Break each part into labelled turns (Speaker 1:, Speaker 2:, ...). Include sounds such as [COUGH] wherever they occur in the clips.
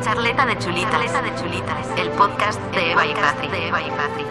Speaker 1: Charleta de chulitas. Charleta de chulitas. El podcast de Eva y Patri. De Eva y Patri.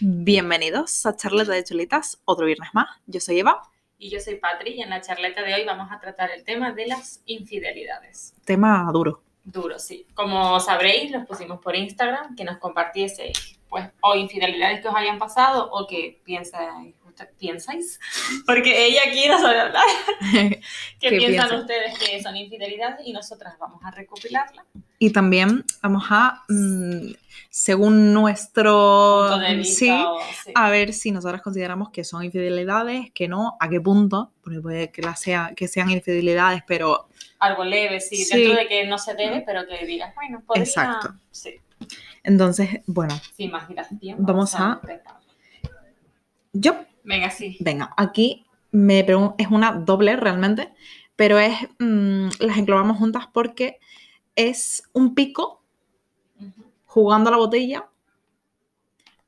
Speaker 2: Bienvenidos a Charleta de Chulitas, otro viernes más. Yo soy Eva,
Speaker 3: Y yo soy Patri y en la charleta de hoy vamos a tratar el tema de las infidelidades.
Speaker 2: tema duro. [LAUGHS]
Speaker 3: Duro, sí. Como sabréis, los pusimos por Instagram que nos compartieseis pues o infidelidades que os hayan pasado o que piensáis, usted- piensáis, [LAUGHS] porque ella aquí no sabe hablar, [LAUGHS] que
Speaker 2: ¿Qué
Speaker 3: piensan
Speaker 2: piensa?
Speaker 3: ustedes que son infidelidades y nosotras vamos a recopilarla.
Speaker 2: y también vamos a, mm, según nuestro... mm,
Speaker 3: Punto de
Speaker 2: Oh,
Speaker 3: vista
Speaker 2: sí, Ah.
Speaker 3: o- sí.
Speaker 2: a ver si nosotras consideramos que son infidelidades, que no, a qué punto, porque puede que, la sea, que sean infidelidades, pero
Speaker 3: algo leve, sí,
Speaker 2: sí.
Speaker 3: dentro de que no se debe, pero que digas, bueno, podría,
Speaker 2: Exacto.
Speaker 3: sí,
Speaker 2: entonces, bueno,
Speaker 3: sin más dilación,
Speaker 2: Vamos a-
Speaker 3: empezar.
Speaker 2: yo,
Speaker 3: Venga, sí.
Speaker 2: venga, aquí me pregun- es una doble realmente, pero es, mm, las englobamos juntas porque es un pico
Speaker 3: Ujú.
Speaker 2: jugando a la botella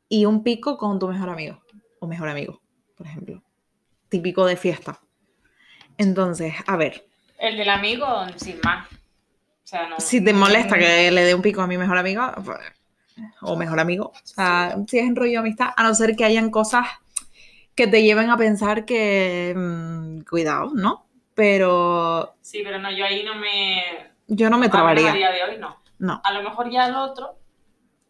Speaker 2: y un pico con tu mejor amigo o mejor amigo, por ejemplo. Típico de fiesta. Entonces, a ver,
Speaker 3: El del amigo, sin más. O sea, no.
Speaker 2: si te molesta que le dé un pico a mi mejor amiga pues, o mejor amigo, o sea, si es en rollo de amistad, a no ser que hayan cosas que te lleven a pensar que, mm, cuidado, ¿no? Pero
Speaker 3: Sí, pero no, yo ahí no me.
Speaker 2: yo no me
Speaker 3: A
Speaker 2: trabaría,
Speaker 3: día de hoy no.
Speaker 2: no.
Speaker 3: A lo mejor ya al otro.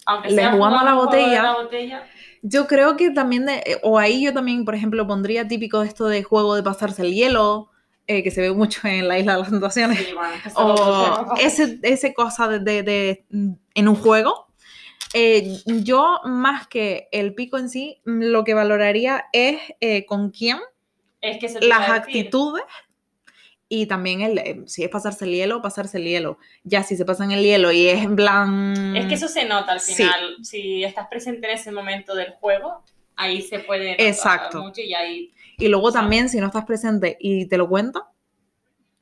Speaker 3: Aunque
Speaker 2: Le
Speaker 3: sea
Speaker 2: jugamos a la
Speaker 3: jugando un juego de
Speaker 2: botella.
Speaker 3: la botella,
Speaker 2: Yo creo que también, de- eh, o ahí yo también, por ejemplo, pondría típico de esto de juego de pasarse el hielo, eh, que se ve mucho en la Isla de las Tentaciones,
Speaker 3: sí, bueno, es
Speaker 2: [LAUGHS]
Speaker 3: que eso es otro
Speaker 2: o
Speaker 3: tema.
Speaker 2: ese, ese cosa de, de- de- mm, en un juego. Eh, yo, más que el pico en sí, mm, lo que valoraría es eh, con quién,
Speaker 3: Es que se te
Speaker 2: las
Speaker 3: iba a decir.
Speaker 2: actitudes y también el, eh, si es pasarse el hielo, pasarse el hielo. Ya si se pasan el hielo y es en plan...
Speaker 3: Es que eso se nota al
Speaker 2: Sí.
Speaker 3: final. Si estás presente en ese momento del juego, ahí se puede. notar
Speaker 2: Exacto.
Speaker 3: Mucho y ahí.
Speaker 2: Y luego también, si no estás presente y te lo cuenta,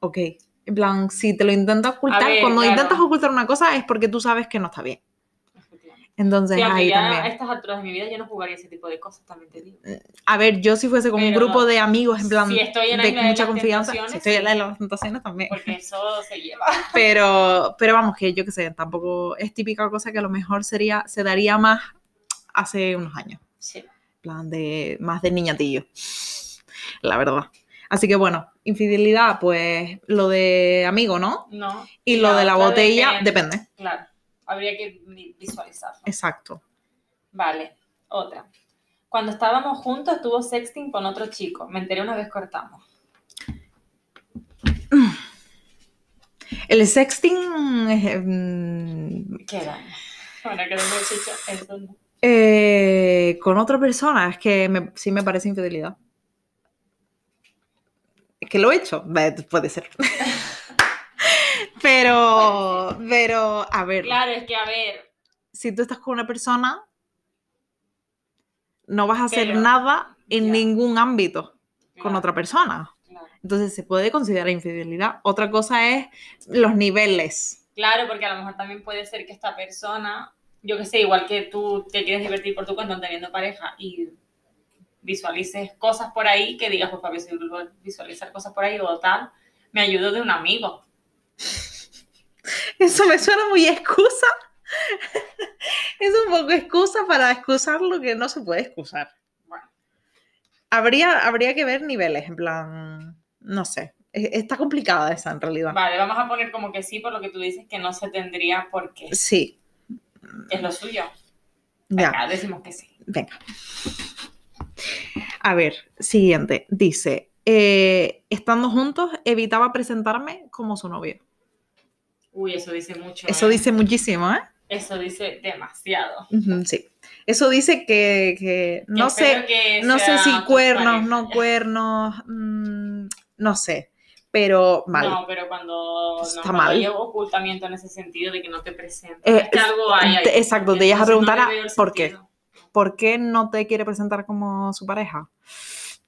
Speaker 2: ok. En plan, si te lo intentas ocultar,
Speaker 3: ver,
Speaker 2: cuando
Speaker 3: claro.
Speaker 2: intentas ocultar una cosa es porque tú sabes que no está bien.
Speaker 3: efectivamente.
Speaker 2: Entonces
Speaker 3: Sí, aunque
Speaker 2: ahí
Speaker 3: ya
Speaker 2: también.
Speaker 3: a estas alturas de mi vida yo no jugaría ese tipo de cosas, también
Speaker 2: [LAUGHS]
Speaker 3: te digo.
Speaker 2: A ver, yo si fuese con un
Speaker 3: Pero
Speaker 2: grupo de amigos, en plan,
Speaker 3: si estoy en la
Speaker 2: de
Speaker 3: isla de
Speaker 2: mucha
Speaker 3: las
Speaker 2: confianza,
Speaker 3: tentaciones,
Speaker 2: si estoy en la
Speaker 3: sí.
Speaker 2: isla de las tentaciones también.
Speaker 3: Porque eso se lleva.
Speaker 2: Pero, pero vamos, que yo qué sé, tampoco es típica cosa que a lo mejor sería, se daría más hace unos años.
Speaker 3: Sí.
Speaker 2: plan de más de niñatillo, la verdad. Así que bueno, infidelidad, pues lo de amigo, ¿no?
Speaker 3: No.
Speaker 2: Y lo de la
Speaker 3: otra
Speaker 2: botella depende.
Speaker 3: Claro. Habría que vi- visualizarlo.
Speaker 2: Exacto.
Speaker 3: Vale, otra. Cuando estábamos juntos tuvo sexting con otro chico. Me enteré una vez cortamos.
Speaker 2: El sexting eh, mm,
Speaker 3: Qué daño. [LAUGHS] Bueno, que no me he dicho eso no.
Speaker 2: eh, con otra persona es que me- sí me parece infidelidad. Es que lo he hecho, ve, puede ser. [LAUGHS] pero, pero, a ver.
Speaker 3: Claro, es que a ver,
Speaker 2: si tú estás con una persona, no vas a hacer
Speaker 3: Pero,
Speaker 2: nada en
Speaker 3: ya.
Speaker 2: ningún ámbito con
Speaker 3: claro,
Speaker 2: otra persona.
Speaker 3: Claro.
Speaker 2: Entonces se puede considerar infidelidad. Otra cosa es los niveles.
Speaker 3: Claro, porque a lo mejor también puede ser que esta persona, yo que sé, igual que tú te quieres divertir por tu cuenta teniendo pareja y visualices cosas por ahí que digas, pues para visual- visualizar cosas por ahí o tal, me ayudó de un amigo.
Speaker 2: Eso me suena muy excusa. es un poco excusa para excusar lo que no se puede excusar.
Speaker 3: Bueno,
Speaker 2: Habría, habría que ver niveles, en plan, no sé. E- Está complicada esa en realidad.
Speaker 3: vale, vamos a poner como que sí por lo que tú dices que no se tendría por qué.
Speaker 2: Sí,
Speaker 3: Es lo suyo.
Speaker 2: ya.
Speaker 3: Acá decimos que sí.
Speaker 2: Venga. A ver, siguiente. Dice, eh, estando juntos, evitaba presentarme como su novio.
Speaker 3: Uy, eso dice mucho.
Speaker 2: Eso
Speaker 3: ¿eh?
Speaker 2: dice muchísimo, ¿eh?
Speaker 3: Eso dice demasiado.
Speaker 2: Ujú, sí. Eso dice que, que no
Speaker 3: Espero
Speaker 2: sé,
Speaker 3: que
Speaker 2: no sé
Speaker 3: sea
Speaker 2: si
Speaker 3: tu
Speaker 2: cuernos,
Speaker 3: pareja,
Speaker 2: no
Speaker 3: ya.
Speaker 2: cuernos, mm, no sé, pero mal.
Speaker 3: No, pero cuando
Speaker 2: Está
Speaker 3: no,
Speaker 2: mal.
Speaker 3: mal. llevo ocultamiento en ese sentido de que no te presentes.
Speaker 2: Eh,
Speaker 3: es que algo hay ahí.
Speaker 2: te- exacto, te ibas a
Speaker 3: Entonces, no
Speaker 2: preguntar
Speaker 3: le
Speaker 2: a-
Speaker 3: veo el
Speaker 2: por qué.
Speaker 3: sentido.
Speaker 2: ¿Por qué no te quiere presentar como su pareja?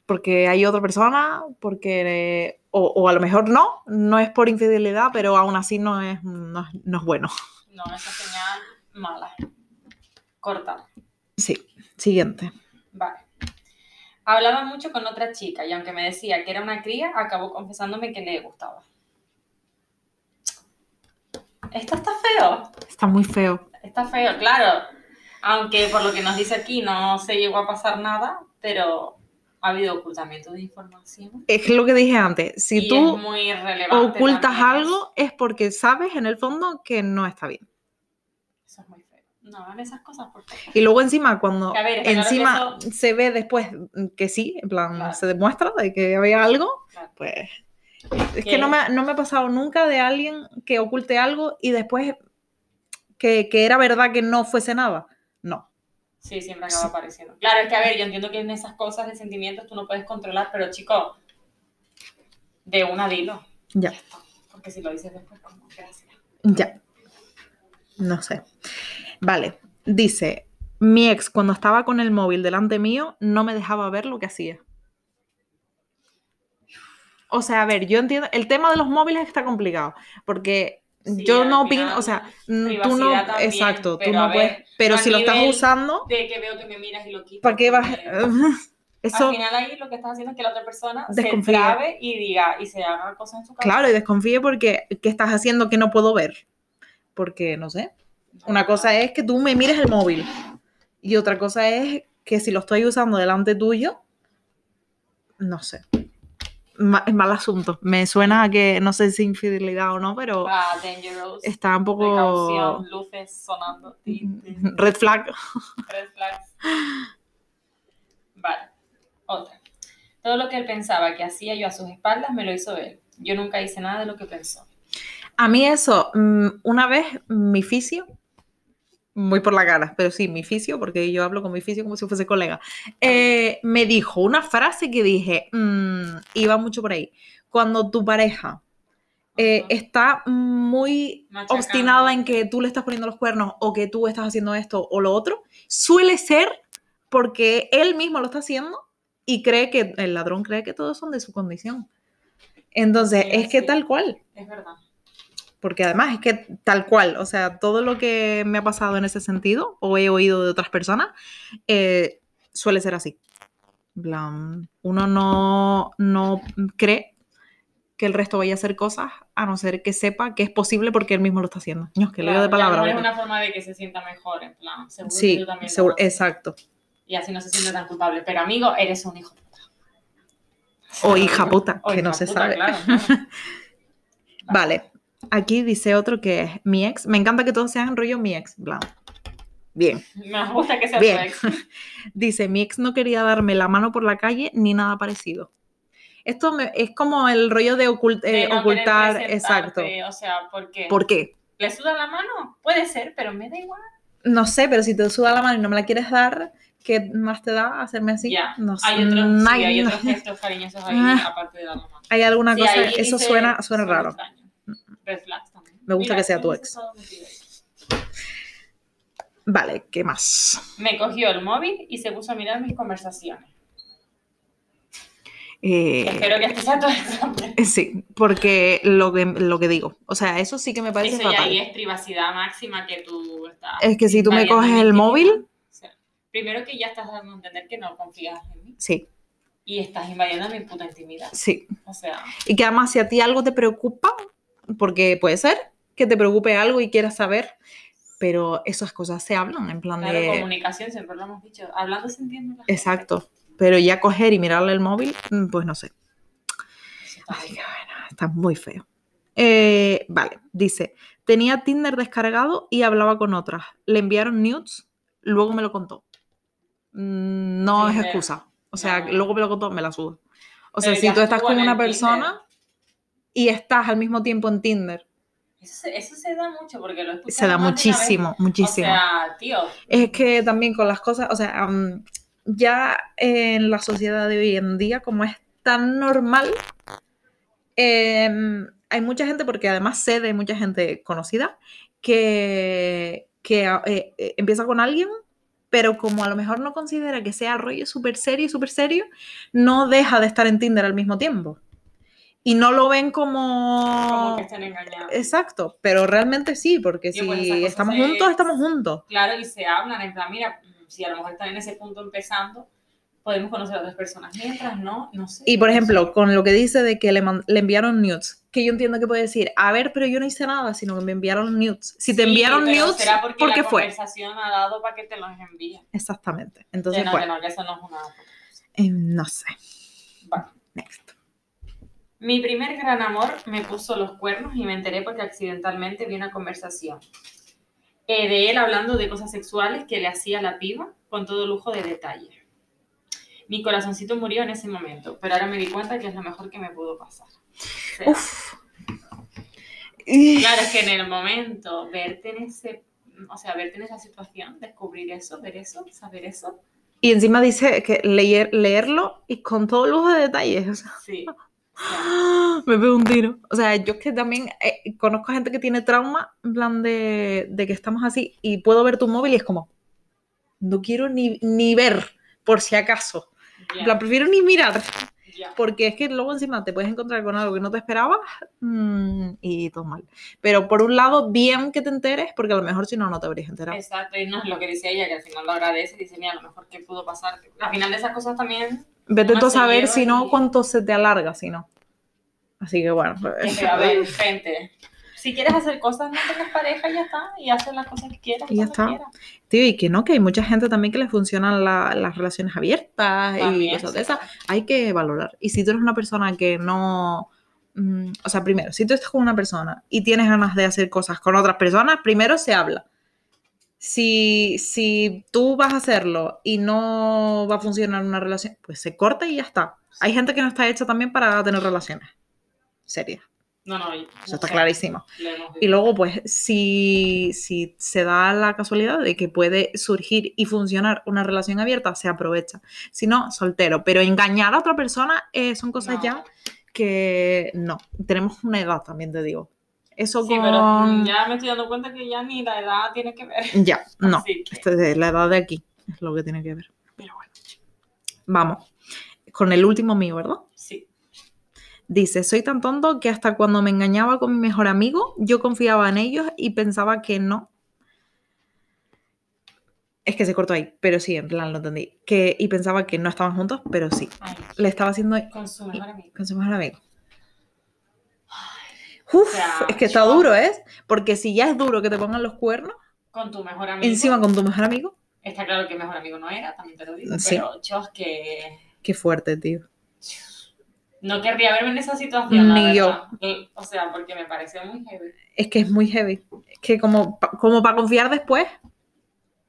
Speaker 2: Porque hay otra persona, porque o, o a lo mejor no, no es por infidelidad, pero aún así no es, no es- no es bueno.
Speaker 3: No, esa señal mala. Corta.
Speaker 2: Sí, siguiente.
Speaker 3: Vale. Hablaba mucho con otra chica y aunque me decía que era una cría, acabó confesándome que le gustaba. Esto está feo.
Speaker 2: Está muy feo.
Speaker 3: Está feo, claro. Aunque por lo que nos dice aquí no se llegó a pasar nada, pero ha habido ocultamiento de información.
Speaker 2: Es lo que dije antes, si
Speaker 3: y
Speaker 2: tú
Speaker 3: es muy relevante.
Speaker 2: ocultas
Speaker 3: también
Speaker 2: algo es porque sabes en el fondo que no está bien.
Speaker 3: eso. Eso es muy feo. No hagan esas cosas, por favor.
Speaker 2: Y luego encima, cuando
Speaker 3: Que a ver, está claro que
Speaker 2: encima se ve después que sí, en plan,
Speaker 3: Claro.
Speaker 2: se demuestra de que había algo,
Speaker 3: Claro.
Speaker 2: pues... Es
Speaker 3: Que-
Speaker 2: que no me, ha- no me ha pasado nunca de alguien que oculte algo y después que, que era verdad que no fuese nada. No.
Speaker 3: Sí, siempre acaba apareciendo. Claro, es que a ver, yo entiendo que en esas cosas de sentimientos tú no puedes controlar, pero chico, de una dilo.
Speaker 2: Ya.
Speaker 3: está. Porque si lo dices después, como gracias.
Speaker 2: Ya. No sé. Vale. Dice, mi ex cuando estaba con el móvil delante mío no me dejaba ver lo que hacía. O sea, a ver, yo entiendo, el tema de los móviles está complicado, porque
Speaker 3: Sí,
Speaker 2: yo
Speaker 3: al
Speaker 2: no opino,
Speaker 3: final,
Speaker 2: o sea, n- tú no,
Speaker 3: privacidad también,
Speaker 2: exacto, tú
Speaker 3: pero
Speaker 2: no
Speaker 3: a
Speaker 2: puedes,
Speaker 3: ver,
Speaker 2: pero
Speaker 3: a
Speaker 2: si lo estás
Speaker 3: nivel
Speaker 2: usando,
Speaker 3: De que veo que me miras y lo quitas.
Speaker 2: ¿para qué vas?
Speaker 3: porque
Speaker 2: Eso,
Speaker 3: [LAUGHS] Al final ahí lo que estás haciendo es que la otra persona
Speaker 2: Desconfía.
Speaker 3: se clave y diga y se haga cosas en su cabeza.
Speaker 2: claro, y desconfíe porque, ¿qué estás haciendo que no puedo ver? Porque, no sé, Una cosa es que tú me mires el móvil y otra cosa es que si lo estoy usando delante tuyo, no sé. Ma- es mal asunto. Me suena a que no sé si infidelidad o no, pero
Speaker 3: Va, dangerous.
Speaker 2: está un poco
Speaker 3: Precaución, luces sonando. ti,
Speaker 2: [LAUGHS]
Speaker 3: ti, ti.
Speaker 2: red flag.
Speaker 3: Tres flags. Vale. Otra. Todo lo que él pensaba que hacía yo a sus espaldas me lo hizo él. Yo nunca hice nada de lo que pensó.
Speaker 2: A mí eso, mm, una vez mi fisio, muy por la cara, pero sí, mi fisio, porque yo hablo con mi fisio como si fuese colega, eh, me dijo una frase que dije, mm, iba mucho por ahí, cuando tu pareja eh,
Speaker 3: Ajá.
Speaker 2: está muy
Speaker 3: Machacando.
Speaker 2: obstinada en que tú le estás poniendo los cuernos o que tú estás haciendo esto o lo otro, suele ser porque él mismo lo está haciendo y cree que el ladrón cree que todos son de su condición. Entonces,
Speaker 3: Sí,
Speaker 2: es que
Speaker 3: sí.
Speaker 2: tal cual
Speaker 3: Es verdad.
Speaker 2: porque además es que tal cual, o sea, todo lo que me ha pasado en ese sentido o he oído de otras personas eh, suele ser así. En plan, Uno no, no cree que el resto vaya a hacer cosas a no ser que sepa que es posible porque él mismo lo está haciendo. No, es que leo
Speaker 3: Claro,
Speaker 2: de
Speaker 3: ya
Speaker 2: palabra.
Speaker 3: no Es
Speaker 2: pero-
Speaker 3: una forma de que se sienta mejor, en plan, seguro que
Speaker 2: Sí,
Speaker 3: yo también lo
Speaker 2: seguro-
Speaker 3: hago.
Speaker 2: exacto.
Speaker 3: Y así no se siente tan culpable. Pero amigo, eres un hijo.
Speaker 2: O hija
Speaker 3: [LAUGHS]
Speaker 2: puta,
Speaker 3: O
Speaker 2: que
Speaker 3: hija
Speaker 2: no se
Speaker 3: puta,
Speaker 2: sabe.
Speaker 3: claro,
Speaker 2: [LAUGHS]
Speaker 3: claro.
Speaker 2: Vale, aquí dice otro que es mi ex. Me encanta que todos sean rollo mi ex. en plan, Bien.
Speaker 3: Me gusta que sea tu
Speaker 2: Bien. eh,
Speaker 3: ex.
Speaker 2: Dice, mi ex no quería darme la mano por la calle ni nada parecido. Esto me- es como el rollo de, ocult- eh,
Speaker 3: De no querer
Speaker 2: ocultar,
Speaker 3: presentarte,
Speaker 2: exacto.
Speaker 3: O sea, ¿por qué?
Speaker 2: ¿Por qué?
Speaker 3: ¿Le suda la mano? Puede ser, pero me da igual.
Speaker 2: No sé, pero si te suda la mano y no me la quieres dar, ¿qué más te da hacerme así?
Speaker 3: Ya.
Speaker 2: No sé.
Speaker 3: Hay otros, sí,
Speaker 2: Ay,
Speaker 3: hay
Speaker 2: no.
Speaker 3: otros gestos cariñosos ahí,
Speaker 2: Ah.
Speaker 3: aparte de dar la mano.
Speaker 2: Hay alguna
Speaker 3: Sí,
Speaker 2: cosa,
Speaker 3: ahí
Speaker 2: eso
Speaker 3: dice-
Speaker 2: suena, suena raro.
Speaker 3: extraño. Red flags también.
Speaker 2: Me gusta que sea
Speaker 3: tú
Speaker 2: tu
Speaker 3: dices
Speaker 2: ex.
Speaker 3: todo metido ahí.
Speaker 2: Vale, ¿qué más?
Speaker 3: Me cogió el móvil y se puso a mirar mis conversaciones.
Speaker 2: Eh,
Speaker 3: Espero que este sea tu ex. hombre.
Speaker 2: sí, porque lo que, lo que digo, o sea, eso sí que me [LAUGHS] parece
Speaker 3: Eso ya
Speaker 2: fatal. Eh.
Speaker 3: ahí es privacidad máxima que tú estás.
Speaker 2: Es que si tú me
Speaker 3: invadiendo
Speaker 2: coges
Speaker 3: mi
Speaker 2: el
Speaker 3: intimidad.
Speaker 2: móvil,
Speaker 3: O sea, primero que ya estás dando a entender que no confías en mí
Speaker 2: sí,
Speaker 3: y estás invadiendo mi puta intimidad.
Speaker 2: sí,
Speaker 3: O sea,
Speaker 2: Y que además si a ti algo te preocupa, porque puede ser que te preocupe algo y quieras saber, pero esas cosas se hablan en plan
Speaker 3: claro,
Speaker 2: de...
Speaker 3: comunicación siempre lo hemos dicho. Hablando se entiende. la gente.
Speaker 2: Eh. Exacto. Pero ya coger y mirarle el móvil, mm, pues no sé.
Speaker 3: Eso está
Speaker 2: Así que
Speaker 3: bien.
Speaker 2: bueno, está muy feo. Eh, vale, dice, tenía Tinder descargado y hablaba con otras. Le enviaron nudes, luego me lo contó. Mm, No
Speaker 3: Sí,
Speaker 2: es
Speaker 3: feo.
Speaker 2: excusa. O sea,
Speaker 3: No.
Speaker 2: luego me lo contó, me la suda. O sea,
Speaker 3: Pero
Speaker 2: si
Speaker 3: ya
Speaker 2: tú estás
Speaker 3: estuvo
Speaker 2: con
Speaker 3: en
Speaker 2: una
Speaker 3: el
Speaker 2: persona y estás al mismo tiempo en Tinder,
Speaker 3: Eso, se- eso se da mucho porque lo escuchas
Speaker 2: Se da
Speaker 3: más de una vez.
Speaker 2: muchísimo, muchísimo.
Speaker 3: O sea, tío,
Speaker 2: es que también con las cosas, o sea, am, ya en la sociedad de hoy en día, como es tan normal, em, hay mucha gente, porque además sé de mucha gente conocida, que, que a- eh, eh, empieza con alguien, pero como a lo mejor no considera que sea rollo súper serio, súper serio, no deja de estar en Tinder al mismo tiempo. y no lo ven como...
Speaker 3: Como que estén engañados.
Speaker 2: Exacto, pero realmente sí, porque
Speaker 3: Yo,
Speaker 2: si
Speaker 3: pues, esas cosas
Speaker 2: estamos
Speaker 3: se-
Speaker 2: juntos, estamos juntos.
Speaker 3: Claro, y se hablan, en plan, mira, si a lo mejor están en ese punto empezando, podemos conocer a otras personas. Mientras no, no sé.
Speaker 2: Y por ejemplo, con lo que dice de que le, man- le enviaron nudes, que yo entiendo que puede decir, a ver, pero yo no hice nada, sino que me enviaron nudes. Si te
Speaker 3: Sí,
Speaker 2: enviaron
Speaker 3: pero
Speaker 2: nudes,
Speaker 3: será
Speaker 2: ¿por
Speaker 3: porque
Speaker 2: qué
Speaker 3: la
Speaker 2: fue?
Speaker 3: conversación ha dado para que te los envíen.
Speaker 2: Exactamente.
Speaker 3: Que
Speaker 2: Entonces,
Speaker 3: no, que
Speaker 2: bueno,
Speaker 3: no, que eso no es una...
Speaker 2: eh, no sé.
Speaker 3: Vale.
Speaker 2: Next.
Speaker 3: Mi primer gran amor me puso los cuernos y me enteré porque accidentalmente vi una conversación eh, de él hablando de cosas sexuales que le hacía la piba con todo lujo de detalle. Mi corazoncito murió en ese momento, pero ahora me di cuenta que es lo mejor que me pudo pasar. O sea,
Speaker 2: Uf. Y-
Speaker 3: Claro, es que en el momento verte en ese, o sea, verte en esa situación, descubrir eso, ver eso, saber eso,
Speaker 2: Y encima dice que leer, leerlo y con todo lujo de detalles. o sea,
Speaker 3: sí. O sea, [GASPS]
Speaker 2: me pego un tiro. O sea, yo es que también eh, conozco gente que tiene trauma, en plan de, de que estamos así, y puedo ver tu móvil y es como, no quiero ni, ni ver, por si acaso.
Speaker 3: ya,
Speaker 2: En plan, prefiero ni mirar,
Speaker 3: ya.
Speaker 2: porque es que luego encima te puedes encontrar con algo que no te esperabas mm, y todo mal. Pero por un lado, bien que te enteres, porque a lo mejor si no, no te habrías enterado.
Speaker 3: Exacto, y no es lo que decía ella, que al final lo agradece y dice, mira, lo mejor que pudo pasar. Al final de esas cosas también,
Speaker 2: Vete tú a
Speaker 3: Además, se
Speaker 2: saber
Speaker 3: lleva
Speaker 2: si no,
Speaker 3: y-
Speaker 2: cuánto se te alarga, si no. Así que bueno. pues,
Speaker 3: es que, a ver, gente, si quieres hacer cosas, no tengas pareja, y ya está, y haces las cosas que quieras.
Speaker 2: Y ya
Speaker 3: cuando
Speaker 2: está.
Speaker 3: quieras.
Speaker 2: Tío, y que no, que hay mucha gente también que le funcionan la- las relaciones abiertas y
Speaker 3: También,
Speaker 2: cosas de
Speaker 3: sí.
Speaker 2: esas. Hay que valorar. Y si tú eres una persona que no. mm, o sea, primero, si tú estás con una persona y tienes ganas de hacer cosas con otras personas, primero se habla. Si, si tú vas a hacerlo y no va a funcionar una relación, pues se corta y ya está. Hay gente que no está hecha también para tener relaciones. Serias.
Speaker 3: No, no, y-
Speaker 2: Eso está
Speaker 3: o sea,
Speaker 2: clarísimo.
Speaker 3: lo hemos
Speaker 2: Y
Speaker 3: vivido.
Speaker 2: luego, pues, si, si se da la casualidad de que puede surgir y funcionar una relación abierta, se aprovecha. Si no, soltero. Pero engañar a otra persona eh, son cosas
Speaker 3: No.
Speaker 2: ya que no. Tenemos una edad, también te digo. Eso
Speaker 3: Sí,
Speaker 2: con...
Speaker 3: pero mm, ya me estoy dando cuenta que ya ni la edad tiene que ver.
Speaker 2: Ya, no.
Speaker 3: Así que-
Speaker 2: Esto es de la edad de aquí. Es lo que tiene que ver. Pero bueno. Vamos. Con el último mío, ¿verdad?
Speaker 3: Sí,
Speaker 2: Dice, soy tan tonto que hasta cuando me engañaba con mi mejor amigo, yo confiaba en ellos y pensaba que no. Es que se cortó ahí, pero sí, en plan lo entendí. Que, y pensaba que no estaban juntos, pero sí.
Speaker 3: ay,
Speaker 2: Le estaba haciendo
Speaker 3: con su mejor amigo.
Speaker 2: con su mejor amigo. Uf,
Speaker 3: sea,
Speaker 2: es que está
Speaker 3: yo-
Speaker 2: duro, ¿eh? Porque si ya es duro que te pongan los cuernos,
Speaker 3: Con tu mejor amigo.
Speaker 2: encima con tu mejor amigo,
Speaker 3: Está claro que mejor amigo no era, también te lo digo.
Speaker 2: Sí.
Speaker 3: Pero chos, que
Speaker 2: qué fuerte, tío.
Speaker 3: no querría verme en esa situación.
Speaker 2: Ni
Speaker 3: Ni
Speaker 2: yo.
Speaker 3: yo. O sea, porque me pareció muy heavy.
Speaker 2: Es que es muy heavy. Es que como, pa- como para confiar después,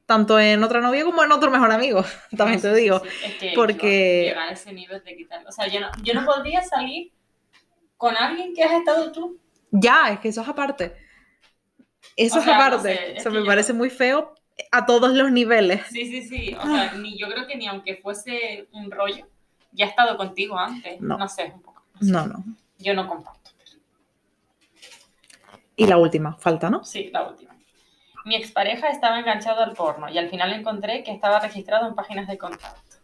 Speaker 2: tanto en otra novia como en otro mejor amigo, también te
Speaker 3: Sí, sí,
Speaker 2: digo.
Speaker 3: sí. Es que
Speaker 2: porque-
Speaker 3: yo Llegar a ese nivel de quitar. O sea, yo no, yo no podría salir con alguien que has estado tú.
Speaker 2: Ya, es que eso es aparte. Eso
Speaker 3: O
Speaker 2: es
Speaker 3: sea, no
Speaker 2: aparte.
Speaker 3: sé, es
Speaker 2: o sea,
Speaker 3: que
Speaker 2: me
Speaker 3: yo-
Speaker 2: parece muy feo a todos los niveles.
Speaker 3: Sí, sí, sí. O sea, ni, yo creo que ni aunque fuese un rollo, ya he estado contigo antes.
Speaker 2: No.
Speaker 3: No, sé, es un poco.
Speaker 2: No, no.
Speaker 3: Yo no comparto.
Speaker 2: Y la última, falta, ¿no?
Speaker 3: Sí, la última. Mi expareja estaba enganchado al porno y al final encontré que estaba registrado en páginas de contacto.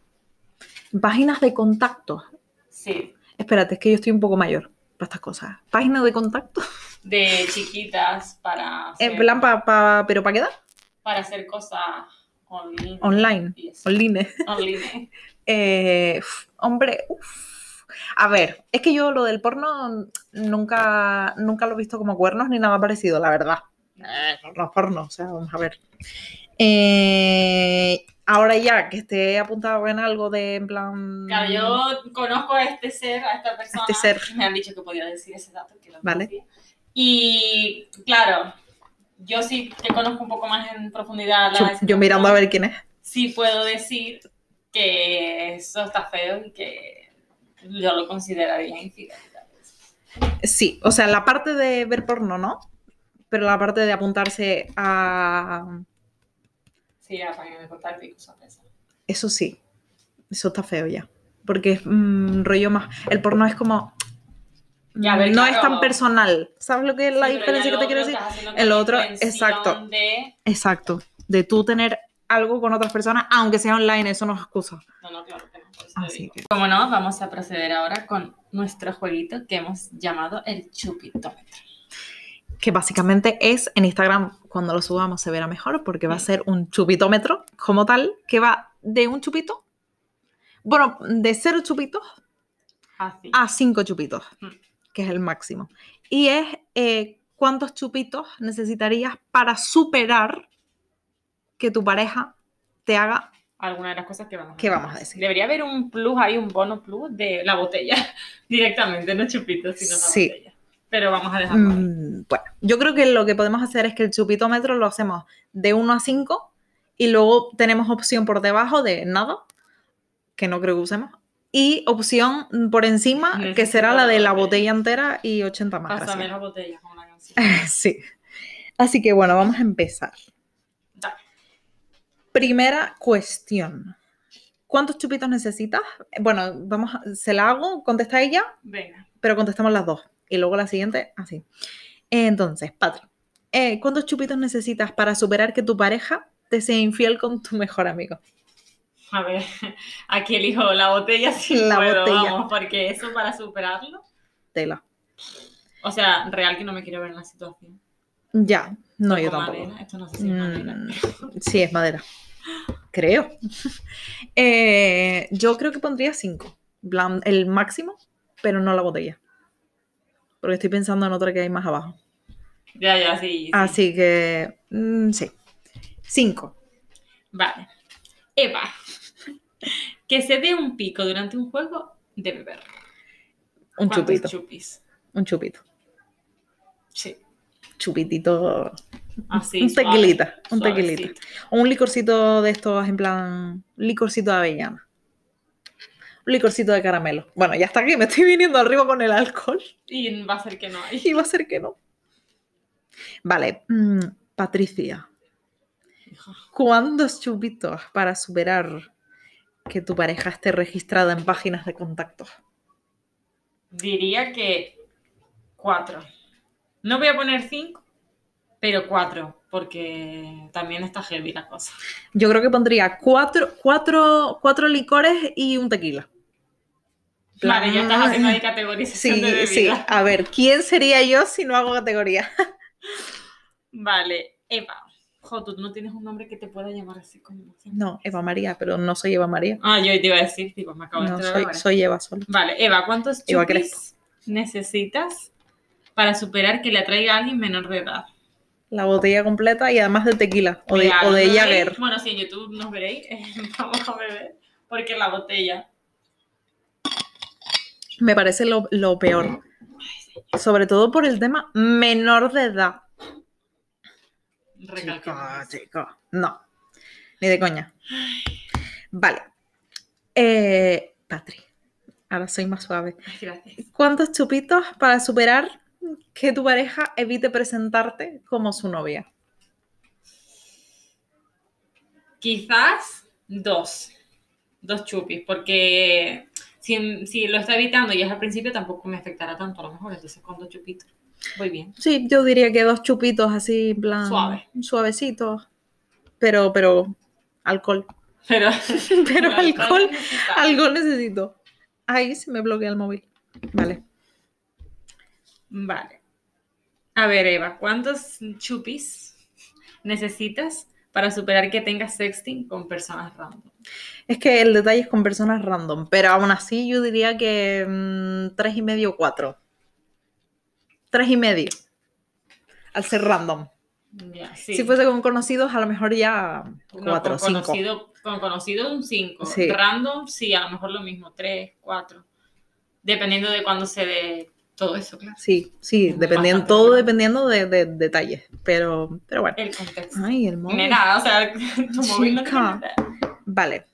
Speaker 2: Páginas de contacto.
Speaker 3: Sí,
Speaker 2: Espérate, es que yo estoy un poco mayor para estas cosas. Páginas de contacto.
Speaker 3: de chiquitas para hacer,
Speaker 2: En plan, pa, pa- pero ¿para qué edad?
Speaker 3: para hacer cosas online.
Speaker 2: Online.
Speaker 3: Y eso,
Speaker 2: Online.
Speaker 3: online.
Speaker 2: Eh, uf, hombre, uf. A ver, es que yo lo del porno nunca, nunca lo he visto como cuernos ni nada parecido, la verdad. Eh, los pornos, o sea, vamos a ver. Eh, ahora ya que esté apuntado en algo de en plan.
Speaker 3: Claro, yo conozco a este ser, a esta persona.
Speaker 2: Mm. este ser.
Speaker 3: Me han dicho que podía decir ese dato. Que lo
Speaker 2: Vale.
Speaker 3: conocía. Y claro, yo sí que conozco un poco más en profundidad.
Speaker 2: Yo,
Speaker 3: la-
Speaker 2: yo mirando a ver quién es.
Speaker 3: Sí puedo decir que eso está feo y que yo lo consideraría infidelidad.
Speaker 2: Sí, o sea, la parte de ver porno, ¿no? Pero la parte de apuntarse a.
Speaker 3: Sí, a página de contacto y cosas de esas.
Speaker 2: Eso sí, eso está feo ya. Porque es un rollo más. El porno es como.
Speaker 3: Ya, a ver,
Speaker 2: no es
Speaker 3: claro.
Speaker 2: tan personal. ¿Sabes lo que es la
Speaker 3: Sí, pero
Speaker 2: diferencia que
Speaker 3: ya lo
Speaker 2: te quiero
Speaker 3: otro
Speaker 2: decir?
Speaker 3: estás haciendo
Speaker 2: El
Speaker 3: como
Speaker 2: otro,
Speaker 3: intención
Speaker 2: exacto.
Speaker 3: de-
Speaker 2: Exacto. De tú tener algo con otras personas, aunque sea online, eso no es excusa.
Speaker 3: No, no, claro que no. Entonces, te
Speaker 2: Así
Speaker 3: digo.
Speaker 2: que.
Speaker 3: Como no, vamos a proceder ahora con nuestro jueguito que hemos llamado el chupitómetro.
Speaker 2: que básicamente es en Instagram, cuando lo subamos se verá mejor porque va a ser un chupitómetro como tal, que va de un chupito, bueno, de cero chupitos
Speaker 3: Así.
Speaker 2: a cinco chupitos,
Speaker 3: Mm.
Speaker 2: que es el máximo. Y es eh, cuántos chupitos necesitarías para superar que tu pareja te haga...
Speaker 3: Algunas de las cosas que vamos a
Speaker 2: ¿Qué vamos a decir?
Speaker 3: Debería haber un plus, hay un bono plus de la botella [LAUGHS] directamente, no chupitos, sino la
Speaker 2: Sí.
Speaker 3: botella. Pero vamos a dejarlo ahí.
Speaker 2: mm, bueno, yo creo que lo que podemos hacer es que el chupitómetro lo hacemos de 1 a 5 y luego tenemos opción por debajo de nada, que no creo que usemos, y opción mm, por encima, que
Speaker 3: Necesito
Speaker 2: será la de la
Speaker 3: la
Speaker 2: botella entera y 80 más.
Speaker 3: Pásame
Speaker 2: gracias.
Speaker 3: la botella con la canción.
Speaker 2: [LAUGHS] Sí. Así que bueno, vamos a empezar.
Speaker 3: Dale.
Speaker 2: Primera cuestión. ¿Cuántos chupitos necesitas? Eh, Bueno, vamos, a- se la hago, contesta ella,
Speaker 3: Venga.
Speaker 2: pero contestamos las dos. Y luego la siguiente, así. Entonces, Patri, eh, ¿cuántos chupitos necesitas para superar que tu pareja te sea infiel con tu mejor amigo?
Speaker 3: A ver, [LAUGHS] aquí elijo la botella si
Speaker 2: La
Speaker 3: puedo,
Speaker 2: botella.
Speaker 3: vamos, porque eso para superarlo.
Speaker 2: Tela.
Speaker 3: O sea, real que no me quiero ver en la situación.
Speaker 2: Ya, no,
Speaker 3: Toco
Speaker 2: yo tampoco.
Speaker 3: madera, Esto no sé si es madera.
Speaker 2: Mm, sí, es madera. Creo. [LAUGHS] Eh, yo creo que pondría cinco. En plan, El máximo, pero no la botella. Porque estoy pensando en otra que hay más abajo.
Speaker 3: Ya, ya, sí. sí.
Speaker 2: Así que, mm, sí. Cinco.
Speaker 3: Vale. Eva. [LAUGHS] Que se dé un pico durante un juego de beber.
Speaker 2: Un
Speaker 3: ¿Cuántos
Speaker 2: chupito.
Speaker 3: chupis?
Speaker 2: Un chupito.
Speaker 3: Sí.
Speaker 2: Chupitito.
Speaker 3: Así.
Speaker 2: un
Speaker 3: suave,
Speaker 2: tequilita. Un
Speaker 3: suavecito.
Speaker 2: tequilita. O un licorcito de estos, en plan, licorcito de avellana. Un licorcito de caramelo. Bueno, ya está aquí, me estoy viniendo arriba con el alcohol.
Speaker 3: Y va a ser que no hay.
Speaker 2: [LAUGHS] Iba a ser que no. Vale, mm, Patricia,
Speaker 3: Hija.
Speaker 2: ¿cuántos chupitos para superar que tu pareja esté registrada en páginas de contacto?
Speaker 3: Diría que cuatro. No voy a poner cinco, pero cuatro, porque también está heavy la cosa.
Speaker 2: Yo creo que pondría cuatro, cuatro, cuatro licores y un tequila.
Speaker 3: Vale, ya estás
Speaker 2: [LAUGHS]
Speaker 3: haciendo ahí
Speaker 2: Sí,
Speaker 3: categorización de bebida.
Speaker 2: sí. A ver, ¿quién sería yo si no hago categoría? [LAUGHS]
Speaker 3: Vale, Eva. Jo, tú no tienes un nombre que te pueda llamar así como...
Speaker 2: No, Eva María, pero no soy Eva María.
Speaker 3: Ah, yo te iba a decir, tipo, me acabo de
Speaker 2: No,
Speaker 3: enterar
Speaker 2: soy,
Speaker 3: ahora.
Speaker 2: soy Eva solo.
Speaker 3: Vale, Eva, ¿cuántos
Speaker 2: Eva
Speaker 3: chupis necesitas para superar que le atraiga a alguien menor de edad?
Speaker 2: La botella completa y además de tequila o de,
Speaker 3: Mira,
Speaker 2: o de
Speaker 3: ¿no veis?
Speaker 2: Jagger.
Speaker 3: Bueno, si en YouTube nos veréis, [LAUGHS] vamos a beber, porque la botella...
Speaker 2: Me parece lo, lo peor. Sobre todo por el tema menor de edad. ah,
Speaker 3: recalcamos.
Speaker 2: chico. No. Ni de coña. Vale. Eh, Patri, ahora soy más suave.
Speaker 3: Ay, Gracias.
Speaker 2: ¿Cuántos chupitos para superar que tu pareja evite presentarte como su novia?
Speaker 3: Quizás dos. Dos chupis, porque si, si lo está evitando y es al principio, tampoco me afectará tanto a lo mejor. Entonces, con dos chupitos, voy bien. [LAUGHS]
Speaker 2: Sí, yo diría que dos chupitos así, en plan.
Speaker 3: Suave.
Speaker 2: Suavecitos. Pero, pero. Alcohol.
Speaker 3: Pero, [LAUGHS]
Speaker 2: Pero alcohol.
Speaker 3: necesita-
Speaker 2: Algo necesito. Ahí se me bloquea el móvil. Vale.
Speaker 3: Vale. A ver, Eva, ¿cuántos chupis necesitas para superar que tengas sexting con personas random?
Speaker 2: Es que el detalle es con personas random, pero aún así yo diría que mm, tres y medio, cuatro. Tres y medio. Al ser random.
Speaker 3: Ya, sí.
Speaker 2: Si fuese con conocidos, a lo mejor ya
Speaker 3: No,
Speaker 2: cuatro,
Speaker 3: con
Speaker 2: cinco.
Speaker 3: Conocido, con conocido un 5.
Speaker 2: Sí.
Speaker 3: Random, sí, a lo mejor lo mismo, 3, 4. Dependiendo de cuándo se dé todo eso, claro.
Speaker 2: Sí, sí, dependiendo,
Speaker 3: Bastante
Speaker 2: todo
Speaker 3: bien.
Speaker 2: dependiendo de, de detalles. Pero, pero bueno.
Speaker 3: El contexto.
Speaker 2: Ay, el móvil.
Speaker 3: Nena, o sea, [LAUGHS] tu móvil no te
Speaker 2: Ah, Chica.
Speaker 3: conecta.
Speaker 2: Vale.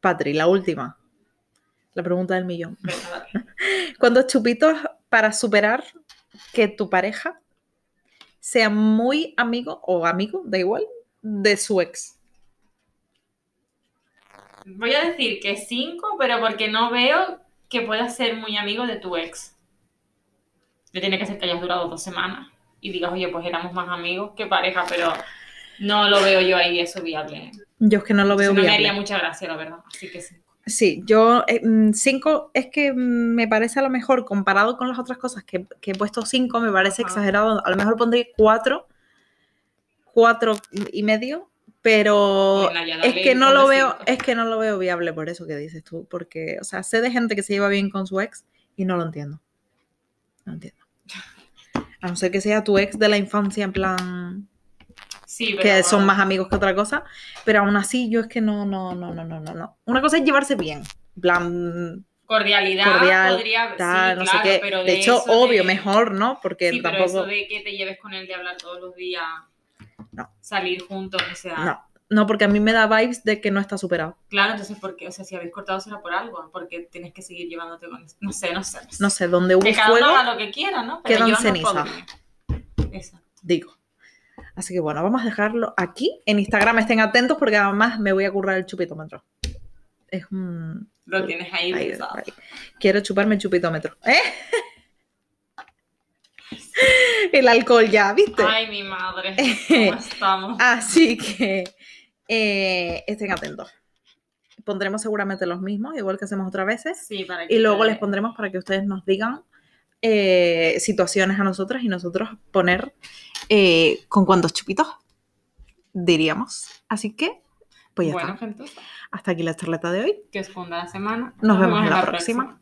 Speaker 2: Patri, la última. La pregunta del millón.
Speaker 3: Venga, dale.
Speaker 2: ¿Cuántos chupitos para superar que tu pareja sea muy amigo o amigo, da igual, de su ex?
Speaker 3: Voy a decir que 5, pero porque no veo que puedas ser muy amigo de tu ex. Le tiene que ser que hayas durado dos semanas y digas, oye, pues éramos más amigos que pareja, pero no lo veo yo ahí eso viable.
Speaker 2: Yo es que no lo veo
Speaker 3: no me
Speaker 2: viable.
Speaker 3: haría mucha gracia, la verdad. Así que sí.
Speaker 2: Sí, yo eh, mm, cinco es que mm, me parece a lo mejor comparado con las otras cosas que, que he puesto cinco, me parece
Speaker 3: Ajá.
Speaker 2: exagerado. A lo mejor pondría cuatro, cuatro y medio, pero
Speaker 3: Bueno, ya no
Speaker 2: Oh, es
Speaker 3: leí,
Speaker 2: que no lo
Speaker 3: ponle
Speaker 2: veo, eh,
Speaker 3: cinco.
Speaker 2: es que no lo veo viable por eso que dices tú, porque, o sea, sé de gente que se lleva bien con su ex y no lo entiendo. No entiendo. A no ser que sea tu ex de la infancia, en plan
Speaker 3: Sí, pero
Speaker 2: que son
Speaker 3: bueno,
Speaker 2: más amigos que otra cosa, pero aún así yo es que no, no, no, no, no, no, no. Una cosa es llevarse bien, en plan
Speaker 3: cordialidad
Speaker 2: cordial,
Speaker 3: podría,
Speaker 2: tal,
Speaker 3: sí,
Speaker 2: no
Speaker 3: claro,
Speaker 2: sé qué.
Speaker 3: pero
Speaker 2: de,
Speaker 3: de
Speaker 2: hecho,
Speaker 3: eso
Speaker 2: obvio,
Speaker 3: de-
Speaker 2: mejor, ¿no? Porque
Speaker 3: Sí, pero
Speaker 2: tampoco,
Speaker 3: eso de que te lleves con él de hablar todos los días,
Speaker 2: No.
Speaker 3: salir juntos, o sea,
Speaker 2: no, no, porque a mí me da vibes de que no está superado.
Speaker 3: claro, entonces, ¿por qué? O sea, si habéis cortado será por algo, porque tienes que seguir llevándote con No sé, no sé.
Speaker 2: No sé, donde hubo
Speaker 3: Que cada uno
Speaker 2: fuego,
Speaker 3: haga lo que quiera, ¿no? Pero
Speaker 2: quedan
Speaker 3: yo no
Speaker 2: cenizas.
Speaker 3: podría. Exacto.
Speaker 2: digo. Así que bueno, vamos a dejarlo aquí. En Instagram estén atentos porque además me voy a currar el chupitómetro. Es un...
Speaker 3: Lo tienes ahí,
Speaker 2: ahí,
Speaker 3: pensado.
Speaker 2: ahí. Quiero chuparme el chupitómetro. ¿Eh? [LAUGHS] El alcohol ya, ¿viste?
Speaker 3: Ay,
Speaker 2: [LAUGHS]
Speaker 3: mi madre, ¿cómo estamos?
Speaker 2: Ah, Así que eh, estén atentos. Pondremos seguramente los mismos, igual que hacemos otras veces.
Speaker 3: Sí, para que
Speaker 2: Y luego les
Speaker 3: te-
Speaker 2: pondremos para que ustedes nos digan eh, situaciones a nosotras y nosotros poner eh, con cuántos chupitos diríamos. Así que, pues ya
Speaker 3: Bueno,
Speaker 2: está.
Speaker 3: gente,
Speaker 2: Hasta aquí la charleta de hoy.
Speaker 3: que os funda la semana.
Speaker 2: Nos vemos en la próxima.